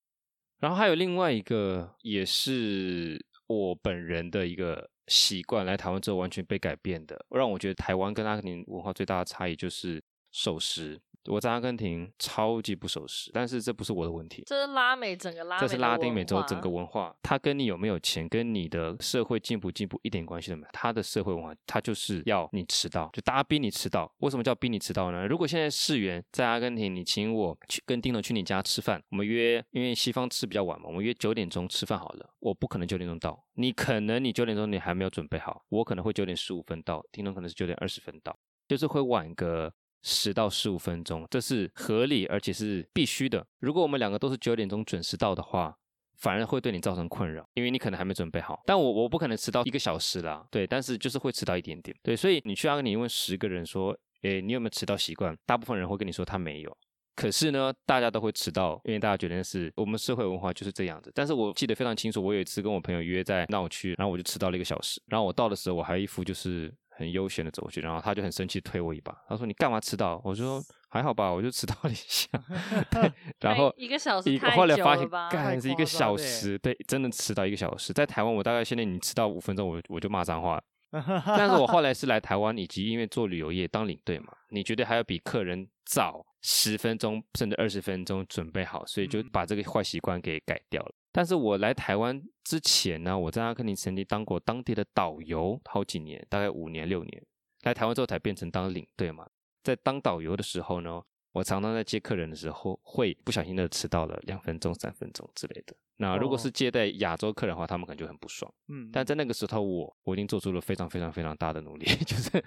Speaker 4: 然后还有另外一个也是我本人的一个习惯，来台湾之后完全被改变的，让我觉得台湾跟阿根廷文化最大的差异就是守时。我在阿根廷超级不守时，但是这不是我的问题，
Speaker 1: 这是拉美整个拉美，
Speaker 4: 这是拉丁美洲
Speaker 1: 啊
Speaker 4: 整个。文化，它跟你有没有钱，跟你的社会进不进步一点关系都没有。它的社会文化，它就是要你迟到，就大家逼你迟到。为什么叫逼你迟到呢？如果现在世元在阿根廷，你请我去跟丁总去你家吃饭，我们约，因为西方吃比较晚嘛，我们约九点钟吃饭好了。我不可能九点钟到，你可能你九点钟你还没有准备好，我可能会九点十五分到，丁总可能是九点二十分到。就是会晚个十到十五分钟，这是合理而且是必须的。如果我们两个都是九点钟准时到的话，反而会对你造成困扰，因为你可能还没准备好。但我我不可能迟到一个小时啦，对，但是就是会迟到一点点，对。所以你去阿根廷问十个人说，诶，你有没有迟到习惯？大部分人会跟你说他没有。可是呢，大家都会迟到，因为大家觉得是我们社会文化就是这样子。但是我记得非常清楚，我有一次跟我朋友约在闹区，然后我就迟到了一个小时。然后我到的时候，我还一副就是很悠闲的走过去，然后他就很生气地推我一把，他说：“你干嘛迟到？”我说：“还好吧，我就迟到了
Speaker 1: *laughs*
Speaker 4: 一下。”对，然后
Speaker 1: 一个小时
Speaker 4: 一个
Speaker 1: 太
Speaker 4: 后来
Speaker 1: 久
Speaker 4: 发
Speaker 1: 了
Speaker 4: 现
Speaker 1: 吧，
Speaker 3: 太
Speaker 4: 干是一
Speaker 3: 夸
Speaker 4: 个
Speaker 3: 张
Speaker 4: 小
Speaker 3: 了耶
Speaker 4: 时，对，真的迟到一个小时。在台湾，我大概现在你迟到五分钟，我我就骂脏话了。 *laughs*
Speaker 3: 嗯
Speaker 4: 但是
Speaker 3: *laughs*
Speaker 4: 我后来是来台湾，以及因为做旅游业当领队嘛，你绝对还要比客人早十分钟甚至二十分钟准备好，所以就
Speaker 3: 嗯
Speaker 4: 把这个坏习惯给改掉了。但是我来台湾之前呢，我在阿根廷曾经当过当地的导游好几年，大概五年六年。来台湾之后才变成当领队嘛，在当导游的时候呢，我常常在接客人的时候会不小心的迟到了两分钟、三分钟之类的。那如果
Speaker 3: 哦
Speaker 4: 是接待亚洲客人的话，他们可能就很不爽。
Speaker 3: 嗯，
Speaker 4: 但在那个时候我，我已经做出了非常非常非常大的努力， *laughs* 就是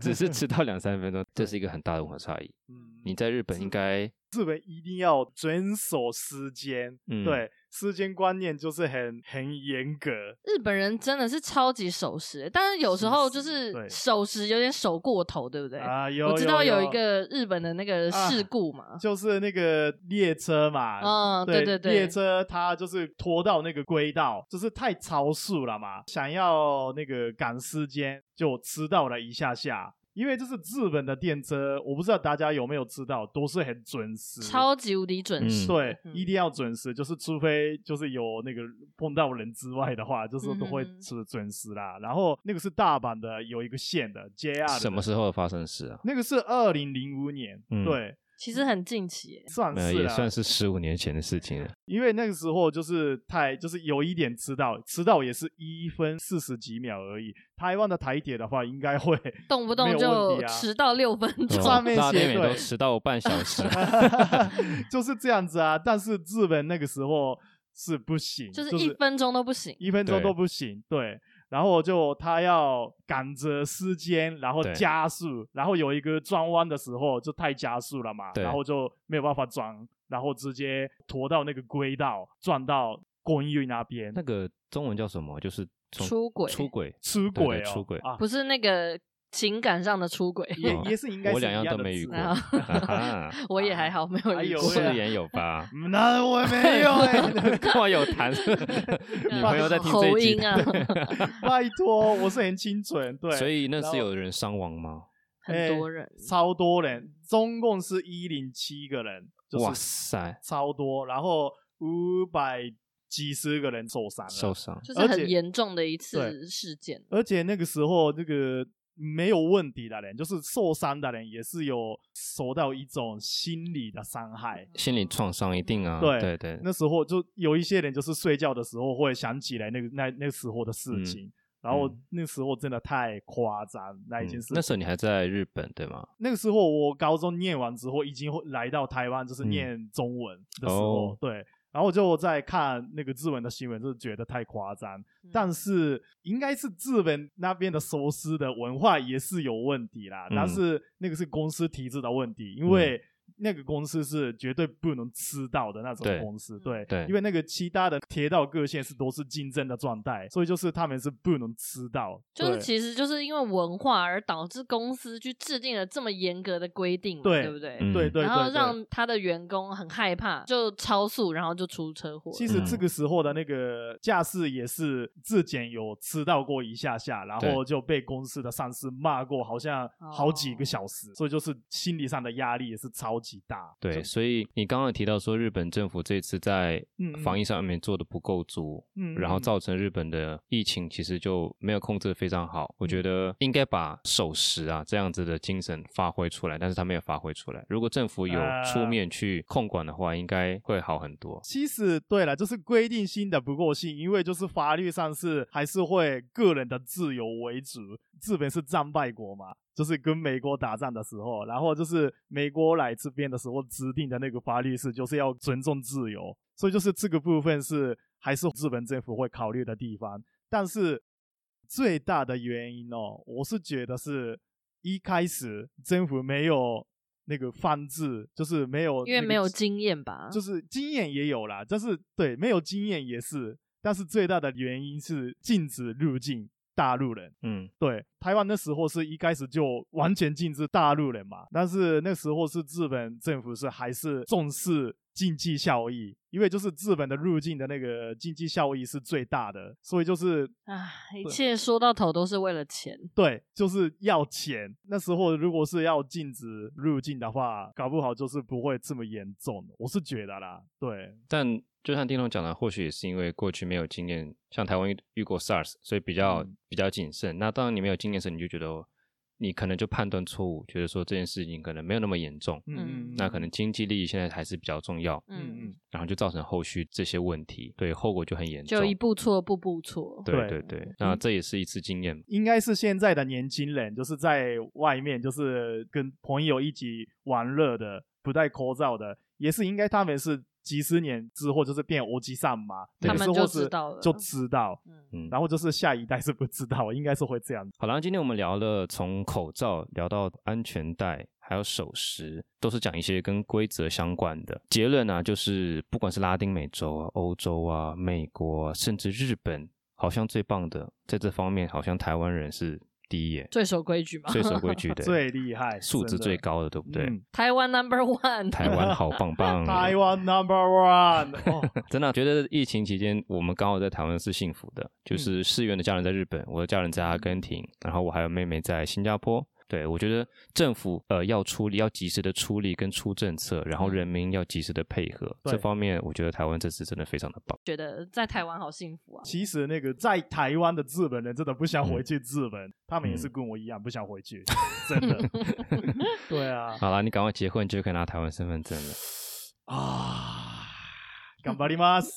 Speaker 4: 只是迟到两三分钟，这是一个很大的文化差异。
Speaker 3: 嗯
Speaker 4: 你在日本应该，
Speaker 3: 日本一定要遵守时间，
Speaker 4: 嗯，，
Speaker 3: 对时间观念就是很很严格。
Speaker 1: 日本人真的是超级守时，欸但是有时候就
Speaker 3: 守时
Speaker 1: 是
Speaker 3: 对
Speaker 1: 守时有点守过头，对不对？
Speaker 3: 啊，有
Speaker 1: 我知道
Speaker 3: 有啊
Speaker 1: 一个日本的那个事故嘛，
Speaker 3: 就是那个列车嘛，
Speaker 1: 嗯，
Speaker 3: 啊对
Speaker 1: 对
Speaker 3: 列
Speaker 1: 对，
Speaker 3: 车它就是拖到那个轨道，就是太超速了嘛，想要那个赶时间，就迟到了一下下。因为这是日本的电车，我不知道大家有没有知道，都是很准时，
Speaker 1: 超级无敌准时，
Speaker 3: 对，
Speaker 1: 嗯
Speaker 3: 一定要准时，就是除非就是有那个碰到人之外的话，就是都会
Speaker 1: 嗯哼哼
Speaker 3: 是准时啦。然后那个是大阪的有一个线的 JR 的
Speaker 4: 什么时候发生的事啊？
Speaker 3: 那个是二零零五年，
Speaker 4: 嗯
Speaker 3: 对，
Speaker 1: 其实很近期欸耶，
Speaker 3: 算
Speaker 4: 呃，
Speaker 3: 是
Speaker 4: 也
Speaker 3: 啦
Speaker 4: 算是十五年前的事
Speaker 3: *laughs*
Speaker 4: 情了。
Speaker 3: 因为那个时候就是太就是有一点迟到，迟到也是一分四十几秒而已。台湾的台铁的话，应该会 *laughs*
Speaker 1: 动不
Speaker 3: 没
Speaker 1: 动
Speaker 3: 有问
Speaker 1: 就
Speaker 3: 题啊
Speaker 1: 迟到六分钟，
Speaker 3: 上面
Speaker 4: 哦大
Speaker 3: 写
Speaker 4: 电影都
Speaker 3: 对
Speaker 4: 迟到半小
Speaker 3: *laughs*
Speaker 4: 时，
Speaker 3: 就是这样子啊。但是日本那个时候是不行，
Speaker 1: 就
Speaker 3: 就是
Speaker 1: 一分钟都不行。
Speaker 3: 一分钟
Speaker 4: 对
Speaker 3: 都不行，对。然后就他要赶着时间，然后
Speaker 4: 对
Speaker 3: 加速，然后有一个转弯的时候就太加速了嘛，
Speaker 4: 对
Speaker 3: 然后就没有办法转，然后直接拖到那个轨道，转到公寓那边
Speaker 4: 那个中文叫什么？就是从
Speaker 1: 出轨
Speaker 4: 出轨。
Speaker 3: 出
Speaker 4: 对
Speaker 3: 轨
Speaker 4: 对
Speaker 3: 哦，
Speaker 4: 出轨
Speaker 3: 啊，
Speaker 1: 不是那个情感上的出轨，
Speaker 3: 也
Speaker 4: 哦
Speaker 3: 也是应该
Speaker 4: 我
Speaker 3: 是
Speaker 4: 两
Speaker 3: 一
Speaker 4: 样
Speaker 3: 样
Speaker 4: 都
Speaker 3: 的
Speaker 4: 没
Speaker 3: 字
Speaker 4: 遇过，
Speaker 1: 然
Speaker 3: *laughs*
Speaker 4: 啊
Speaker 1: 后
Speaker 4: 哈
Speaker 1: 我也还好没有
Speaker 3: 哎
Speaker 1: 遇
Speaker 3: 呦
Speaker 1: 过
Speaker 3: 喂
Speaker 4: 是
Speaker 3: 啊
Speaker 4: 也有
Speaker 3: *laughs*
Speaker 4: 吧？
Speaker 3: 嗯那我没有哎、
Speaker 4: *laughs* 干嘛有
Speaker 3: *laughs*
Speaker 4: 谈？女朋友在听这
Speaker 1: 喉
Speaker 4: 一集
Speaker 1: 音啊，
Speaker 4: *laughs*
Speaker 3: 拜托，我是很清纯，对，
Speaker 4: 所以那
Speaker 3: 然
Speaker 4: 是
Speaker 3: 后
Speaker 4: 有人伤亡吗？
Speaker 1: 很
Speaker 3: 哎
Speaker 1: 多人
Speaker 3: 超多人，总共是一零七个人，就
Speaker 4: 哇
Speaker 3: 是
Speaker 4: 塞，
Speaker 3: 超多，然后五百几十个人受伤
Speaker 4: 受
Speaker 3: 了，
Speaker 4: 伤！
Speaker 1: 就是
Speaker 3: 而且
Speaker 1: 很严重的一次
Speaker 3: 对
Speaker 1: 事件。
Speaker 3: 而且那个时候那个没有问题的人，就是受伤的人也是有受到一种心理的伤害。
Speaker 1: 嗯
Speaker 4: 心理创伤一定啊，
Speaker 3: 对
Speaker 4: 对对，
Speaker 3: 那时候就有一些人就是睡觉的时候会想起来那个那那时候的事情。然后
Speaker 4: 嗯
Speaker 3: 那时候真的太夸张，那一件
Speaker 4: 嗯
Speaker 3: 事。
Speaker 4: 那时候你还在日本对吗？
Speaker 3: 那个时候我高中念完之后，已经会来到台湾，就是
Speaker 4: 嗯
Speaker 3: 念中文的时候，
Speaker 4: 哦
Speaker 3: 对。然后我就在看那个日文的新闻，就是觉得太夸张。
Speaker 4: 嗯
Speaker 3: 但是应该是日本那边的寿司的文化也是有问题啦，
Speaker 4: 嗯
Speaker 3: 但是那个是公司体制的问题，因为那个公司是绝对不能吃到的那种
Speaker 4: 对嗯
Speaker 3: 公司，对，
Speaker 4: 对
Speaker 3: 因为那个其他的铁道各线是都是竞争的状态，所以就是他们是不能吃到，
Speaker 1: 就是
Speaker 3: 对
Speaker 1: 其实就是因为文化而导致公司去制定了这么严格的规定嘛，
Speaker 3: 对
Speaker 1: 不对？
Speaker 4: 嗯
Speaker 3: 对对对，
Speaker 1: 然后
Speaker 3: 对
Speaker 1: 让他的员工很害怕，就超速，然后就出车祸。
Speaker 3: 其实
Speaker 4: 嗯
Speaker 3: 这个时候的那个驾驶也是质检有吃到过一下下，然后
Speaker 4: 对
Speaker 3: 就被公司的上司骂过，好像好几个小时，所以就是心理上的压力也是超级大。
Speaker 4: 对，所以你刚刚有提到说日本政府这次在
Speaker 3: 嗯
Speaker 4: 防疫上面做的不够足，
Speaker 3: 嗯
Speaker 4: 然后
Speaker 3: 嗯
Speaker 4: 造成日本的疫情其实就没有控制的非常
Speaker 3: 嗯
Speaker 4: 好。我觉得应该把守时啊这样子的精神发挥出来，但是他没有发挥出来。如果政府有出
Speaker 3: 呃
Speaker 4: 面去控管的话，应该会好很多。
Speaker 3: 其实对了，就是规定性的不够性，因为就是法律上是还是会个人的自由为主。日本是战败国嘛，就是跟美国打仗的时候，然后就是美国来这边的时候制定的那个法律是就是要尊重自由，所以就是这个部分是还是日本政府会考虑的地方。但是最大的原因哦，我是觉得是一开始政府没有。那个放置就是没有那个，
Speaker 1: 因为没有经验吧，
Speaker 3: 就是经验也有啦，但是对没有经验也是，但是最大的原因是禁止入境大陆人。
Speaker 4: 嗯，
Speaker 3: 对，台湾那时候是一开始就完全禁止大陆人嘛，但是那时候是日本政府是还是重视经济效益，因为就是日本的入境的那个经济效益是最大的，所以就是
Speaker 1: 啊，一
Speaker 3: 对
Speaker 1: 切说到头都是为了钱。
Speaker 3: 对，就是要钱。那时候如果是要禁止入境的话，搞不好就是不会这么严重，我是觉得啦，对，
Speaker 4: 但就像丁龙讲的，或许也是因为过去没有经验，像台湾遇遇过 SARS，所以比较、
Speaker 3: 嗯
Speaker 4: 比较谨慎。那当你没有经验时，你就觉得哦你可能就判断错误，觉得说这件事情可能没有那么严重。
Speaker 1: 嗯
Speaker 4: 那可能经济利益现在还是比较重要，
Speaker 1: 嗯，
Speaker 3: 嗯
Speaker 4: 然后就造成后续这些问题，对后果就很严重。
Speaker 1: 就一步嗯错，步步错。
Speaker 4: 对对
Speaker 3: 对
Speaker 4: 对，那这也是一次经验。
Speaker 3: 应该是现在的年轻人，就是在外面，就是跟朋友一起玩乐的，不戴口罩的，也是应该他们是几十年之后就是变欧吉上嘛，
Speaker 4: 对
Speaker 1: 他们
Speaker 3: 也是
Speaker 1: 就
Speaker 3: 或
Speaker 1: 知
Speaker 3: 是
Speaker 1: 道了
Speaker 3: 就知道，
Speaker 1: 嗯，
Speaker 4: 嗯，
Speaker 3: 然后就是下一代是不知道，应该是会这样。
Speaker 4: 好了，今天我们聊了从口罩聊到安全带，还有手时，都是讲一些跟规则相关的。结论呢、就是不管是拉丁美洲啊、欧洲啊、美国啊、甚至日本，好像最棒的，在这方面好像台湾人是第一耶，
Speaker 1: 最守规矩嘛，
Speaker 4: 最守
Speaker 1: *laughs*
Speaker 4: 规矩的，
Speaker 3: 最厉害，
Speaker 4: 素质
Speaker 3: 真的
Speaker 4: 最，高的，对不对？嗯
Speaker 3: 嗯
Speaker 1: 台湾 number one。
Speaker 4: 台湾好
Speaker 3: *laughs*
Speaker 4: 棒棒，
Speaker 3: 台湾 number one，哦，
Speaker 4: 真的啊、觉得疫情期间我们刚好在台湾是幸福的，就是世源的家人在日本，我的家人在阿根廷，然后我还有妹妹在新加坡。对，我觉得政府呃要出力，要及时的出力跟出政策，然后人民要及时的配合，
Speaker 3: 对
Speaker 4: 这方面我觉得台湾这次真的非常的棒。
Speaker 1: 觉得在台湾好幸福啊！
Speaker 3: 其实那个在台湾的日本人真的不想回去日本，他们也是跟我一样不想回去，
Speaker 1: *laughs*
Speaker 3: 真的。对啊，
Speaker 4: 好啦，你赶快结婚就可以拿台湾身份证了。
Speaker 1: *laughs*
Speaker 3: 啊，干巴里马斯，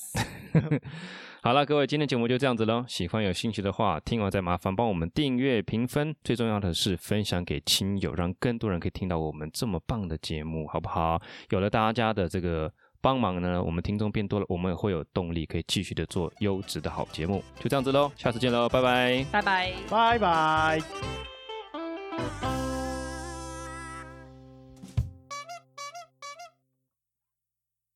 Speaker 4: 好了，各位，今天节目就这样子喽。喜欢有兴趣的话，听完再麻烦帮我们订阅、评分，最重要的是分享给亲友，让更多人可以听到我们这么棒的节目，好不好？有了大家的这个帮忙呢，我们听众变多了，我们也会有动力可以继续的做优质的好节目。就这样子喽，下次见喽，拜拜。
Speaker 1: 拜拜。
Speaker 3: 拜拜。
Speaker 2: 拜。